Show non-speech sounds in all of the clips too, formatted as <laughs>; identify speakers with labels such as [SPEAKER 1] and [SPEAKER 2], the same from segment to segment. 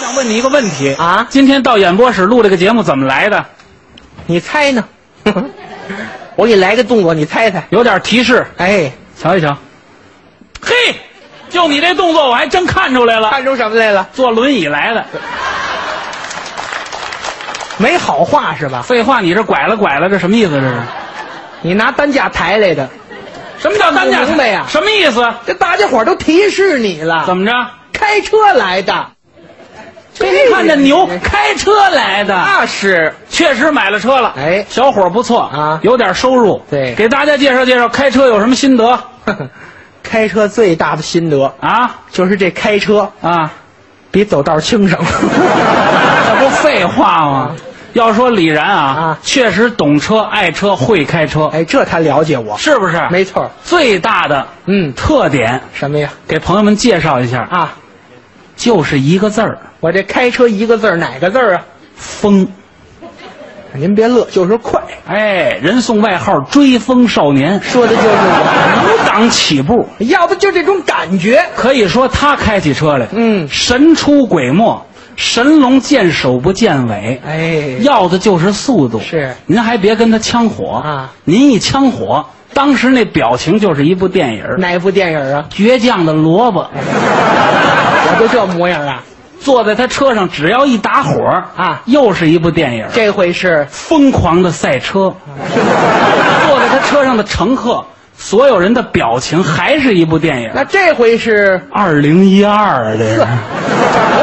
[SPEAKER 1] 想问你一个问题
[SPEAKER 2] 啊
[SPEAKER 1] 今天到演播室录这个节目怎么来的？
[SPEAKER 2] 你猜呢？ <laughs> 我给你来个动作，你猜猜。
[SPEAKER 1] 有点提示，
[SPEAKER 2] 哎，
[SPEAKER 1] 瞧一瞧。嘿，就你这动作，我还真看出来了，
[SPEAKER 2] 看出什么来了？
[SPEAKER 1] 坐轮椅来的。
[SPEAKER 2] 没好话是吧？
[SPEAKER 1] 废话，你这拐了拐了，这什么意思？这是
[SPEAKER 2] 你拿担架抬来的，
[SPEAKER 1] 什么叫担架？
[SPEAKER 2] 看不明白呀
[SPEAKER 1] 什么意思？
[SPEAKER 2] 这大家伙儿都提示你了，
[SPEAKER 1] 怎
[SPEAKER 2] 么
[SPEAKER 1] 么着？
[SPEAKER 2] 开车来的？
[SPEAKER 1] 您看这啊
[SPEAKER 2] 人
[SPEAKER 1] 牛开车来的，
[SPEAKER 2] 那啊是
[SPEAKER 1] 确实买了车了。
[SPEAKER 2] 哎 <laughs>
[SPEAKER 1] 小伙儿不错
[SPEAKER 2] 啊
[SPEAKER 1] 有点收入。
[SPEAKER 2] 对
[SPEAKER 1] 给大家介绍介绍开车有什么心得
[SPEAKER 2] 开车最大的心得
[SPEAKER 1] 啊
[SPEAKER 2] 就是这开车
[SPEAKER 1] 啊！
[SPEAKER 2] 比走道轻省。 <laughs>
[SPEAKER 1] 这不废话吗？要说李然啊，
[SPEAKER 2] 啊
[SPEAKER 1] 确实懂车、爱车、会开车，
[SPEAKER 2] 哎，这他了解我，
[SPEAKER 1] 是不是？
[SPEAKER 2] 没错儿。
[SPEAKER 1] 最大的
[SPEAKER 2] 嗯，
[SPEAKER 1] 特点，
[SPEAKER 2] 什么呀？
[SPEAKER 1] 给朋友们介绍一下，
[SPEAKER 2] 啊，
[SPEAKER 1] 就是一个字儿
[SPEAKER 2] 我这开车一个字儿哪个字儿啊？
[SPEAKER 1] ——风。
[SPEAKER 2] 您别乐，就是快，
[SPEAKER 1] 哎，人送外号“追风少年
[SPEAKER 2] 说的就是”，我。
[SPEAKER 1] 五档起步，
[SPEAKER 2] 要不就这种感觉。
[SPEAKER 1] 可以说他开起车来，
[SPEAKER 2] 嗯
[SPEAKER 1] 神出鬼没，神龙见首不见尾，
[SPEAKER 2] 哎，
[SPEAKER 1] 要的就是速度。
[SPEAKER 2] 是
[SPEAKER 1] 您还别跟他呛火
[SPEAKER 2] 啊！
[SPEAKER 1] 您一呛火，当时那表情就是一部电影儿《
[SPEAKER 2] 哪部电影啊？
[SPEAKER 1] 倔强的萝卜》，
[SPEAKER 2] 我就这模样啊！
[SPEAKER 1] 坐在他车上，只要一打火
[SPEAKER 2] 啊
[SPEAKER 1] 又是一部电影儿。
[SPEAKER 2] 这回是
[SPEAKER 1] 疯狂的赛
[SPEAKER 2] <laughs>
[SPEAKER 1] 车，坐在他车上的乘客，所有人的表情还是一部电影。
[SPEAKER 2] 那这回是
[SPEAKER 1] <laughs> 二零一二的，
[SPEAKER 2] 不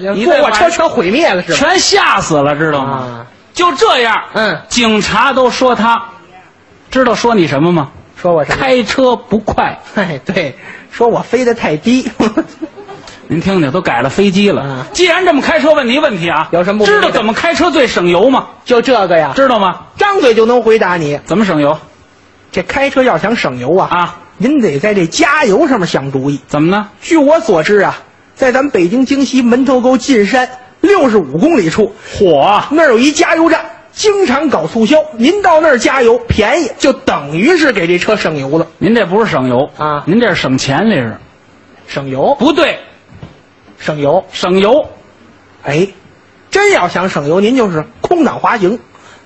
[SPEAKER 2] 至于，
[SPEAKER 1] 你
[SPEAKER 2] 坐
[SPEAKER 1] 再
[SPEAKER 2] 啊我
[SPEAKER 1] 玩
[SPEAKER 2] 车车毁灭了是吧？
[SPEAKER 1] 全吓死了，知道吗？
[SPEAKER 2] 啊
[SPEAKER 1] 就这样，
[SPEAKER 2] 嗯
[SPEAKER 1] 警察都说他，知道说你什么吗？
[SPEAKER 2] 说我什么？
[SPEAKER 1] 开车不快，
[SPEAKER 2] 哎，对，说我飞得太低， <laughs>
[SPEAKER 1] 您听听，都改了飞机了。
[SPEAKER 2] 嗯
[SPEAKER 1] 既然这么开车，问你一问题啊，
[SPEAKER 2] 有什么不明
[SPEAKER 1] 知
[SPEAKER 2] 白
[SPEAKER 1] 道
[SPEAKER 2] 啊
[SPEAKER 1] 怎么开车最省油吗？
[SPEAKER 2] 就这个呀，
[SPEAKER 1] 知道吗？
[SPEAKER 2] 张嘴就能回答你。
[SPEAKER 1] 怎么省油
[SPEAKER 2] 这开车要想省油啊，
[SPEAKER 1] 啊？
[SPEAKER 2] 您得在这加油上面想主意。
[SPEAKER 1] 怎么呢？
[SPEAKER 2] 据我所知啊，在咱们北京京西门头沟进山六十五公里处，
[SPEAKER 1] 火啊！
[SPEAKER 2] 那儿有一加油站，经常搞促销。您到那儿加油便宜，就等于是给这车省油了，
[SPEAKER 1] 您这不是省油
[SPEAKER 2] 啊
[SPEAKER 1] 您这是省钱，这是
[SPEAKER 2] 省油
[SPEAKER 1] 不对，
[SPEAKER 2] 省油。
[SPEAKER 1] 省油
[SPEAKER 2] 哎，真要想省油，您就是空档滑行，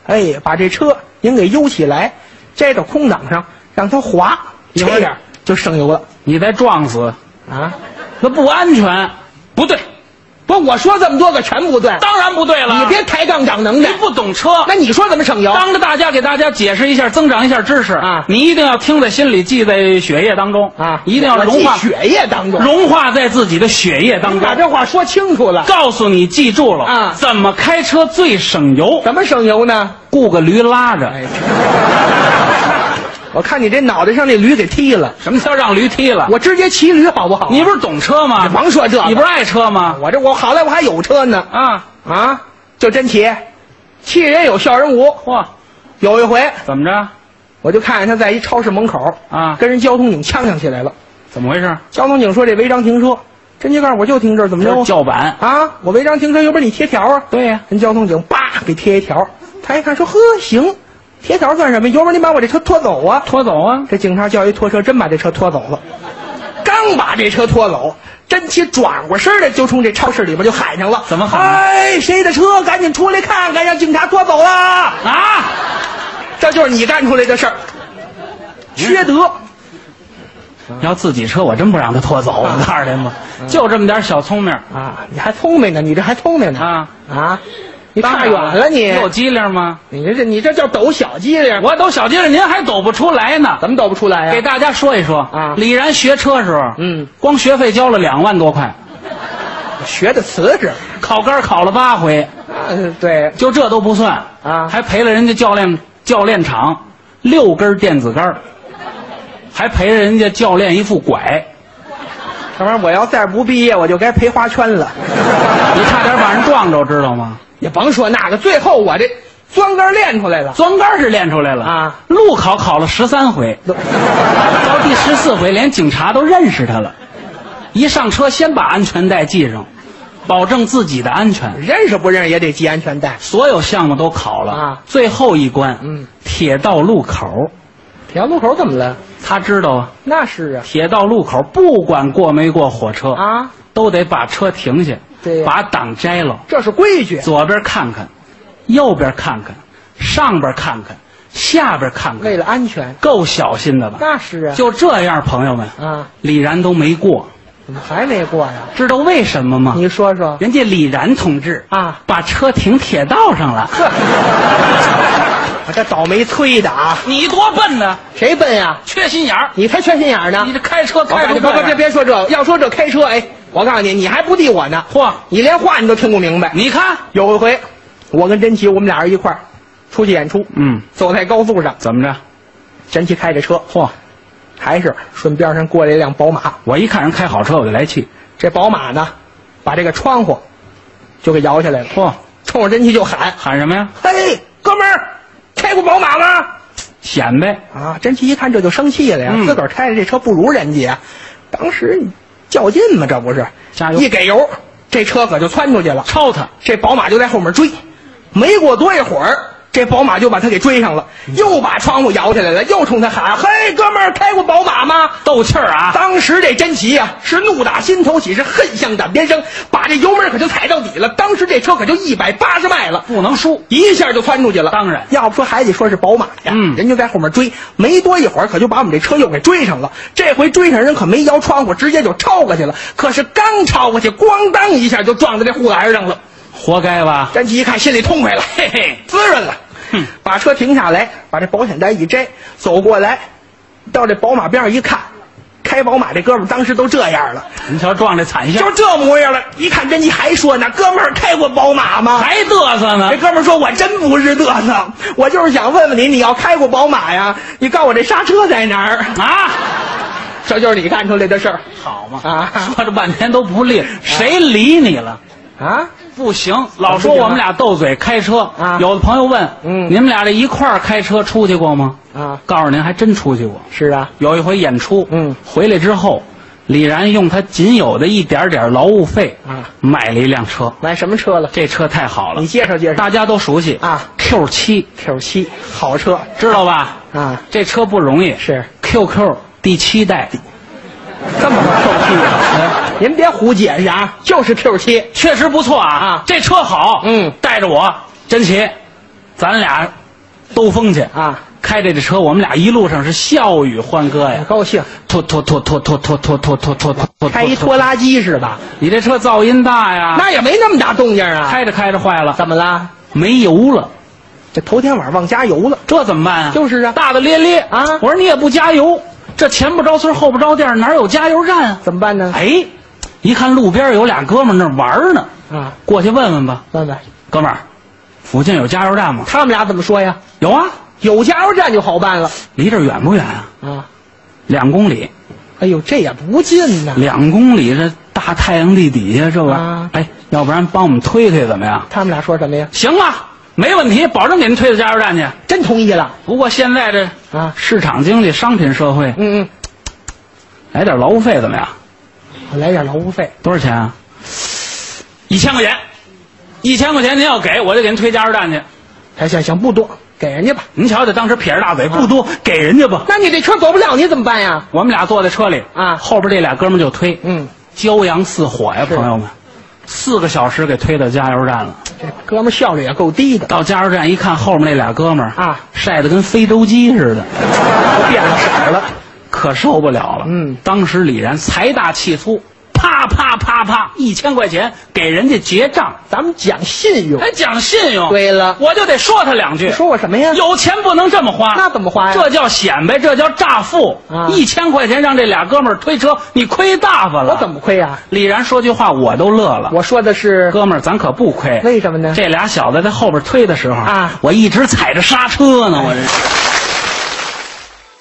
[SPEAKER 2] 哎，把这车您给悠起来，摘到空档上让它滑，
[SPEAKER 1] 一会儿
[SPEAKER 2] 这样就省油了
[SPEAKER 1] 你再撞死，
[SPEAKER 2] 啊！
[SPEAKER 1] 那不安全，不对，
[SPEAKER 2] 不，我说这么多个全不对，
[SPEAKER 1] 当然不对了。
[SPEAKER 2] 你别抬杠长能耐
[SPEAKER 1] 你。不懂车，
[SPEAKER 2] 那你说怎么省油？
[SPEAKER 1] 当着大家给大家解释一下，增长一下知识
[SPEAKER 2] 啊
[SPEAKER 1] 你一定要听在心里，记在血液当中
[SPEAKER 2] 啊，
[SPEAKER 1] 一定要
[SPEAKER 2] 我
[SPEAKER 1] 融化
[SPEAKER 2] 记，血液当中，
[SPEAKER 1] 融化在自己的血液当
[SPEAKER 2] 你把
[SPEAKER 1] 中。
[SPEAKER 2] 这话说清楚了，
[SPEAKER 1] 告诉你，记住了
[SPEAKER 2] 啊
[SPEAKER 1] 怎么开车最省油？
[SPEAKER 2] 怎么省油呢？
[SPEAKER 1] 雇个驴拉着，
[SPEAKER 2] 哎，我看你这脑袋上那驴给踢了，
[SPEAKER 1] 什么叫让驴踢了？
[SPEAKER 2] 我直接骑驴好不好？
[SPEAKER 1] 你不是懂车吗？
[SPEAKER 2] 甭说这个
[SPEAKER 1] 你不是爱车吗？
[SPEAKER 2] 我这我好赖我还有车呢
[SPEAKER 1] 啊，
[SPEAKER 2] 啊！就真骑，气人有笑人无。
[SPEAKER 1] 嚯，
[SPEAKER 2] 有一回，
[SPEAKER 1] 怎么着？
[SPEAKER 2] 我就看见他在一超市门口
[SPEAKER 1] 啊
[SPEAKER 2] 跟人交通警呛呛起来了。
[SPEAKER 1] 怎么回事？
[SPEAKER 2] 交通警说这违章停车，真就告诉我就停这儿，怎么
[SPEAKER 1] 这
[SPEAKER 2] 着？
[SPEAKER 1] 叫板。
[SPEAKER 2] 啊，我违章停车，有本事你贴条啊！
[SPEAKER 1] 对呀、
[SPEAKER 2] 人交通警叭给贴一条，他一看说呵行，贴条算什么？有本事你把我这车拖走啊！
[SPEAKER 1] 拖走啊！
[SPEAKER 2] 这警察叫一拖车，真把这车拖走了。刚把这车拖走，真奇转过身来就冲这超市里边就喊上了：“
[SPEAKER 1] 怎么喊呢
[SPEAKER 2] 哎，谁的车？赶紧出来看看，让警察拖走了！”
[SPEAKER 1] 啊！
[SPEAKER 2] 这就是你干出来的事儿，嗯 <laughs> 缺德！
[SPEAKER 1] 要自己车，我真不让他拖走。我告诉您吧，就这么点小聪明
[SPEAKER 2] 啊，你还聪明呢，你这还聪明呢
[SPEAKER 1] 啊！
[SPEAKER 2] 啊！你
[SPEAKER 1] 当
[SPEAKER 2] 差
[SPEAKER 1] 然
[SPEAKER 2] 远了你，
[SPEAKER 1] 有机灵吗？
[SPEAKER 2] 你这你这叫抖小机灵，
[SPEAKER 1] 我抖小机灵，您还抖不出来呢。
[SPEAKER 2] 怎么抖不出来呀、
[SPEAKER 1] 给大家说一说
[SPEAKER 2] 啊
[SPEAKER 1] 李然学车时候，
[SPEAKER 2] 嗯，
[SPEAKER 1] 光学费交了两万多块，
[SPEAKER 2] 学的瓷实，
[SPEAKER 1] 考杆考了八回，
[SPEAKER 2] 啊，对，
[SPEAKER 1] 就这都不算
[SPEAKER 2] 啊
[SPEAKER 1] 还赔了人家教练教练场六根电子杆儿，还赔了人家教练一副拐，
[SPEAKER 2] 要不然我要再不毕业，我就该赔花圈了。
[SPEAKER 1] 你差点把人撞着，知道吗？
[SPEAKER 2] 也甭说那个，最后我这钻杆练出来了。
[SPEAKER 1] 钻杆是练出来了
[SPEAKER 2] 啊，
[SPEAKER 1] 路考考了十三回，到第十四回，连警察都认识他了。一上车，先把安全带系上，保证自己的安全。
[SPEAKER 2] 认识不认识也得系安全带。
[SPEAKER 1] 所有项目都考了
[SPEAKER 2] 啊
[SPEAKER 1] 最后一关，
[SPEAKER 2] 嗯，
[SPEAKER 1] 铁道路口，
[SPEAKER 2] 条路口怎么了？
[SPEAKER 1] 他知道啊，
[SPEAKER 2] 那是啊
[SPEAKER 1] 铁道路口不管过没过火车
[SPEAKER 2] 啊，
[SPEAKER 1] 都得把车停下，
[SPEAKER 2] 对呀
[SPEAKER 1] 把挡摘了，
[SPEAKER 2] 这是规矩。
[SPEAKER 1] 左边看看，右边看看，上边看看，下边看看，
[SPEAKER 2] 为了安全，
[SPEAKER 1] 够小心的吧？
[SPEAKER 2] 那是啊。
[SPEAKER 1] 就这样，朋友们，
[SPEAKER 2] 啊，
[SPEAKER 1] 李然都没过，
[SPEAKER 2] 怎么还没过呀？
[SPEAKER 1] 知道为什么吗？
[SPEAKER 2] 你说说
[SPEAKER 1] 人家李然同志
[SPEAKER 2] 啊，
[SPEAKER 1] 把车停铁道上了，
[SPEAKER 2] 我这倒霉催的啊！
[SPEAKER 1] 你多笨呢，
[SPEAKER 2] 谁笨呀？
[SPEAKER 1] 缺心眼儿！
[SPEAKER 2] 你才缺心眼儿呢！
[SPEAKER 1] 你这开车
[SPEAKER 2] 我
[SPEAKER 1] 开
[SPEAKER 2] 告
[SPEAKER 1] 着
[SPEAKER 2] 诉
[SPEAKER 1] 就
[SPEAKER 2] 你不不，别
[SPEAKER 1] 这样，
[SPEAKER 2] 别说这，要说这开车，哎，我告诉你，你还不敌我呢。
[SPEAKER 1] 嚯，
[SPEAKER 2] 你连话你都听不明白。
[SPEAKER 1] 你看，
[SPEAKER 2] 有一回，我跟甄奇我们俩人一块儿出去演出，
[SPEAKER 1] 嗯，
[SPEAKER 2] 走在高速上，
[SPEAKER 1] 怎么着？
[SPEAKER 2] 甄奇开着车，
[SPEAKER 1] 嚯，
[SPEAKER 2] 还是顺边上过来一辆宝马。
[SPEAKER 1] 我一看人开好车，我就来气，
[SPEAKER 2] 这宝马呢，把这个窗户就给摇下来了，
[SPEAKER 1] 嚯，
[SPEAKER 2] 冲着甄奇就喊
[SPEAKER 1] 喊什么呀？：“
[SPEAKER 2] 嘿，哥们儿，开过宝马吗
[SPEAKER 1] 显摆！”
[SPEAKER 2] 啊，甄奇一看这就生气了呀，
[SPEAKER 1] 嗯
[SPEAKER 2] 自个儿开的这车不如人家呀，当时你较劲嘛，这不是？
[SPEAKER 1] 加油
[SPEAKER 2] 一给油，这车可就窜出去了。
[SPEAKER 1] 超他，
[SPEAKER 2] 这宝马就在后面追，没过多一会儿，这宝马就把他给追上了，
[SPEAKER 1] 嗯
[SPEAKER 2] 又把窗户摇下来了，又冲他喊：“嘿，哥们儿，开过宝马吗
[SPEAKER 1] 斗气儿？”啊！
[SPEAKER 2] 当时这甄奇呀、是怒打心头起，是恨向胆边生，把这油门可就踩到底了。当时这车可就一百八十迈了，
[SPEAKER 1] 不能输。
[SPEAKER 2] 一下就窜出去了。
[SPEAKER 1] 当然
[SPEAKER 2] 要不说还得说是宝马呀，
[SPEAKER 1] 嗯
[SPEAKER 2] 人就在后面追，没多一会儿可就把我们这车又给追上了。这回追上人可没摇窗户，直接就超过去了。可是刚超过去，咣当一下就撞在这护栏上了。
[SPEAKER 1] 活该吧？
[SPEAKER 2] 詹奇一看，心里痛快了，
[SPEAKER 1] 嘿嘿，
[SPEAKER 2] 滋润了
[SPEAKER 1] 哼，
[SPEAKER 2] 把车停下来，把这保险带一摘，走过来，到这宝马边上一看，开宝马这哥们儿当时都这样了，
[SPEAKER 1] 你瞧撞这惨
[SPEAKER 2] 就
[SPEAKER 1] 相，
[SPEAKER 2] 这模样了。一看詹奇还说呢：“哥们儿，开过宝马吗
[SPEAKER 1] 还嘚瑟？”呢
[SPEAKER 2] 这。哥们儿说：“我真不是嘚瑟，我就是想问问你，你要开过宝马呀？你告诉我这刹车在哪儿
[SPEAKER 1] 啊，？”
[SPEAKER 2] 这就是你干出来的事儿
[SPEAKER 1] 好嘛，
[SPEAKER 2] 啊
[SPEAKER 1] 说这半天都不利，谁理你了？
[SPEAKER 2] 啊！
[SPEAKER 1] 不行，老说我们俩斗嘴开车。
[SPEAKER 2] 啊
[SPEAKER 1] 有的朋友问，
[SPEAKER 2] 嗯
[SPEAKER 1] 你们俩这一块儿开车出去过吗？
[SPEAKER 2] 啊
[SPEAKER 1] 告诉您，还真出去过。
[SPEAKER 2] 是啊，
[SPEAKER 1] 有一回演出，
[SPEAKER 2] 嗯
[SPEAKER 1] 回来之后，李然用他仅有的一点点劳务费，
[SPEAKER 2] 啊，
[SPEAKER 1] 买了一辆车。
[SPEAKER 2] 买什么车了？
[SPEAKER 1] 这车太好了
[SPEAKER 2] 你，介绍介绍
[SPEAKER 1] 大家都熟悉
[SPEAKER 2] 啊
[SPEAKER 1] ，Q 七
[SPEAKER 2] Q 七好车
[SPEAKER 1] 知道吧？
[SPEAKER 2] 啊，
[SPEAKER 1] 这车不容易，
[SPEAKER 2] 是
[SPEAKER 1] QQ 第七代，
[SPEAKER 2] 这么个 Q 七、
[SPEAKER 1] 哎
[SPEAKER 2] 您别胡解释啊，就是 Q 七。
[SPEAKER 1] 确实不错啊。
[SPEAKER 2] 啊
[SPEAKER 1] 这车好，
[SPEAKER 2] 嗯
[SPEAKER 1] 带着我真奇，咱俩兜风去
[SPEAKER 2] 啊！
[SPEAKER 1] 开着这车，我们俩一路上是笑语欢歌呀，
[SPEAKER 2] 哎高兴，
[SPEAKER 1] 拖拖拖拖拖拖拖拖拖拖拖，
[SPEAKER 2] 开一拖拉机是吧？
[SPEAKER 1] 你这车噪音大呀，
[SPEAKER 2] 那也没那么大动静啊。
[SPEAKER 1] 开着开着坏了，
[SPEAKER 2] 怎么啦？
[SPEAKER 1] 没油了，
[SPEAKER 2] 这头天晚上忘加油了。
[SPEAKER 1] 这怎么办啊？
[SPEAKER 2] 就是啊
[SPEAKER 1] 大大咧咧
[SPEAKER 2] 啊
[SPEAKER 1] 我说你也不加油，这前不着村后不着店，哪有加油站啊？
[SPEAKER 2] 怎么办呢？
[SPEAKER 1] 哎，一看路边有俩哥们儿那儿玩儿呢，
[SPEAKER 2] 啊，
[SPEAKER 1] 过去问问吧，
[SPEAKER 2] 问问
[SPEAKER 1] 哥们儿，附近有加油站吗？
[SPEAKER 2] 他们俩怎么说呀？
[SPEAKER 1] 有啊，
[SPEAKER 2] 有加油站就好办了
[SPEAKER 1] 离这儿远不远啊？
[SPEAKER 2] 啊！
[SPEAKER 1] 两公里，
[SPEAKER 2] 哎呦，这也不近呐。
[SPEAKER 1] 两公里，这大太阳地底下这玩意儿
[SPEAKER 2] 啊，
[SPEAKER 1] 哎，要不然帮我们推推怎么样？
[SPEAKER 2] 他们俩说什么呀？
[SPEAKER 1] 行啊，没问题，保证给您推到加油站去。
[SPEAKER 2] 真同意了
[SPEAKER 1] 不过现在这
[SPEAKER 2] 啊！
[SPEAKER 1] 市场经济、商品社会，
[SPEAKER 2] 嗯嗯，
[SPEAKER 1] 来点劳务费怎么样？
[SPEAKER 2] 我来点劳务费。
[SPEAKER 1] 多少钱啊？一千块钱，一千块钱您要给我就给您推加油站去。
[SPEAKER 2] 哎，行行，不多，给人家吧。
[SPEAKER 1] 您瞧瞧，当时撇着大嘴，
[SPEAKER 2] 啊
[SPEAKER 1] 不多，给人家吧。
[SPEAKER 2] 那你这车走不了，你怎么办呀？
[SPEAKER 1] 我们俩坐在车里
[SPEAKER 2] 啊
[SPEAKER 1] 后边这俩哥们儿就推，
[SPEAKER 2] 嗯，
[SPEAKER 1] 骄阳似火呀，
[SPEAKER 2] 是
[SPEAKER 1] 朋友们，四个小时给推到加油站了。
[SPEAKER 2] 这哥们儿效率也够低的，
[SPEAKER 1] 到加油站一看，后面那俩哥们儿
[SPEAKER 2] 啊
[SPEAKER 1] 晒得跟非洲鸡似的，
[SPEAKER 2] <laughs> 变了色儿了。
[SPEAKER 1] 可受不了了。
[SPEAKER 2] 嗯
[SPEAKER 1] 当时李然财大气粗，啪啪啪啪，一千块钱给人家结账，
[SPEAKER 2] 咱们讲信用。
[SPEAKER 1] 还讲信用。
[SPEAKER 2] 哎对了
[SPEAKER 1] 我就得说他两句。
[SPEAKER 2] 说我什么呀？
[SPEAKER 1] 有钱不能这么花，
[SPEAKER 2] 那怎么花呀
[SPEAKER 1] 这叫显摆，这叫诈富。
[SPEAKER 2] 啊
[SPEAKER 1] 一千块钱让这俩哥们儿推车，你亏大发了。
[SPEAKER 2] 我怎么亏呀、
[SPEAKER 1] 李然说句话，我都乐了。
[SPEAKER 2] 我说的是
[SPEAKER 1] 哥们儿，咱可不亏。
[SPEAKER 2] 为什么呢？
[SPEAKER 1] 这俩小子在后边推的时候
[SPEAKER 2] 啊
[SPEAKER 1] 我一直踩着刹车呢，我这。